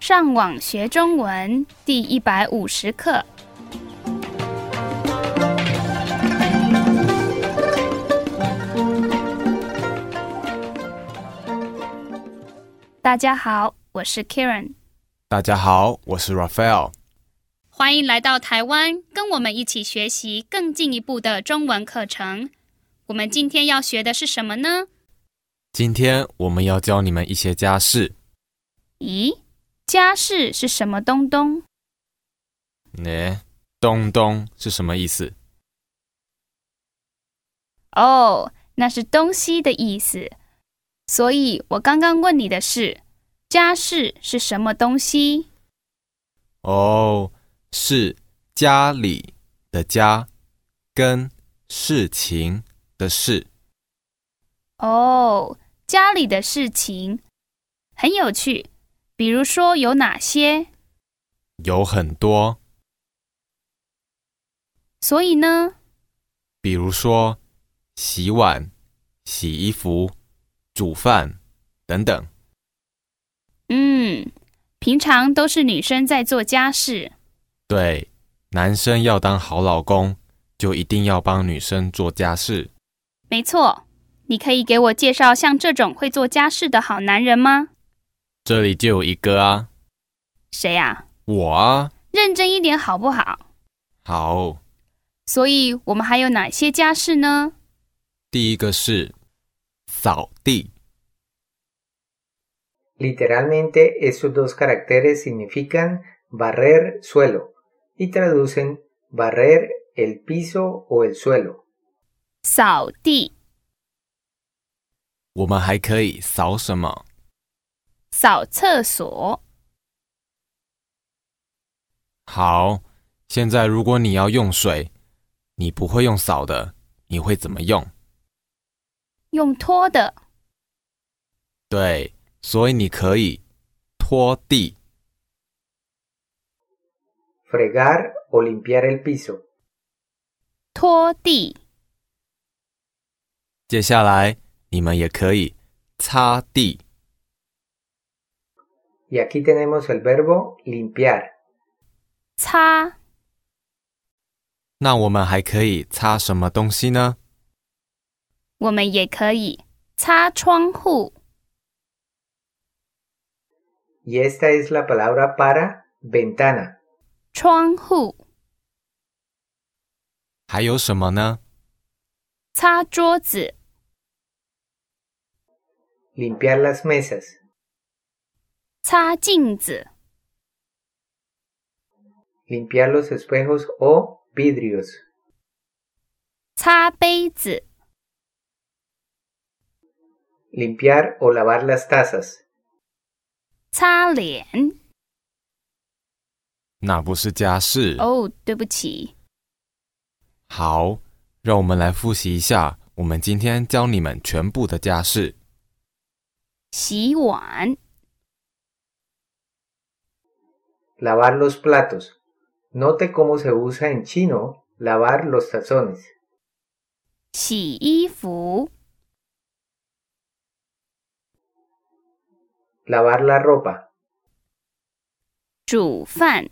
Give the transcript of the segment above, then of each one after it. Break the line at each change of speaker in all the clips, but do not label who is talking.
上网学中文第一百五十课。大家好，我是 Karen，
大家好，我是 Raphael。
欢迎来到台湾，跟我们一起学习更进一步的中文课程。我们今天要学的是什么呢？
今天我们要教你们一些家事。
咦，家事是什么东东？
诶，东东哎是什么意思？
哦，那是东西的意思。所以我刚刚问你的是，家事是什么东西？
哦，是家里的家，跟事情的事。
哦，家里的事情很有趣。比如说有哪些？
有很多，
所以呢，
比如说洗碗、洗衣服、煮饭等等。
嗯，平常都是女生在做家事。
对，男生要当好老公，就一定要帮女生做家事。
没错，你可以给我介绍像这种会做家事的好男人吗？
这里就有一个啊，
谁呀、
我啊，
认真一点好不好？
好。
所以我们还有哪些家事呢？
第一个是扫地，
Literalmente, esos dos caracteres significan barrer suelo y traducen barrer el piso o el suelo.
扫地、
我们还可以扫什么？
扫厕所。
好，现在如果你要用水，你不会用扫的，你会怎么用？
用拖的，
对，所以你可以拖地。
Fregar o limpiar el piso.
拖地、
接下来你们也可以擦地，
Y aquí tenemos el verbo limpiar.
擦、
那我们还可以擦什么东西呢？
我们也可以擦窗户。
Y esta es la palabra para ventana.
窗户、
还有什么呢？
擦桌子、
Limpiar las mesas.
擦镜子、
Limpiar los espejos o vidrios.
擦杯子、
Limpiar o lavar las tazas.
擦脸。
那不是家事。
哦，对不起，
好，让我们来复习一下我们今天教你们全部的家事：
洗碗、
Lavar los platos. Note cómo se usa en chino lavar los tazones.
洗衣服、
Lavar la ropa.
煮饭、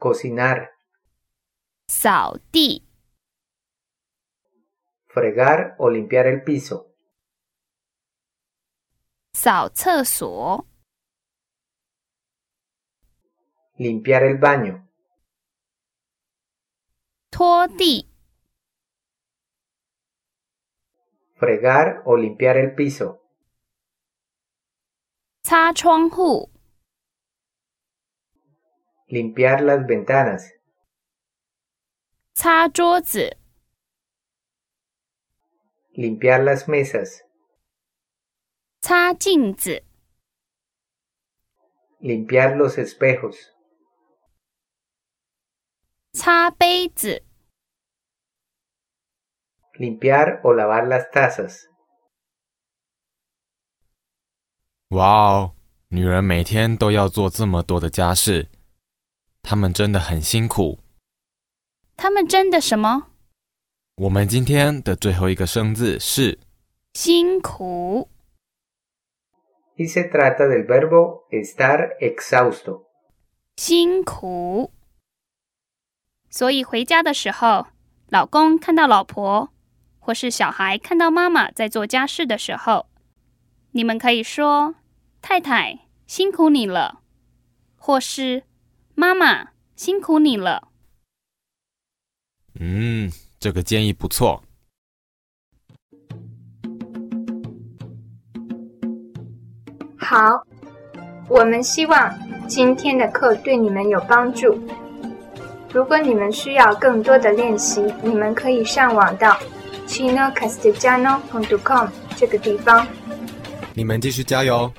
Cocinar.
扫地、
Fregar o limpiar el piso.
扫厕所、
Limpiar el baño.
拖地、
Fregar o limpiar el piso.
擦窗户、
Limpiar las ventanas.
擦桌子、
Limpiar las mesas.
擦镜子、
Limpiar los espejos.
擦杯子、
Limpiar o lavar las tazas.
哇哦，女人每天都要做这么多的家事，她们真的很辛苦。
他们真的什么
我们今天的最后一个生字是
辛苦？
y se trata del verbo estar exhausto.
辛苦。所以回家的时候，老公看到老婆，或是小孩看到妈妈在做家事的时候，你们可以说“太太辛苦你了”，或是“妈妈辛苦你了
嗯，这个建议不错。
好，我们希望今天的课对你们有帮助。如果你们需要更多的练习，你们可以上网到 chinocastellano.com 这个地方。
你们继续加油，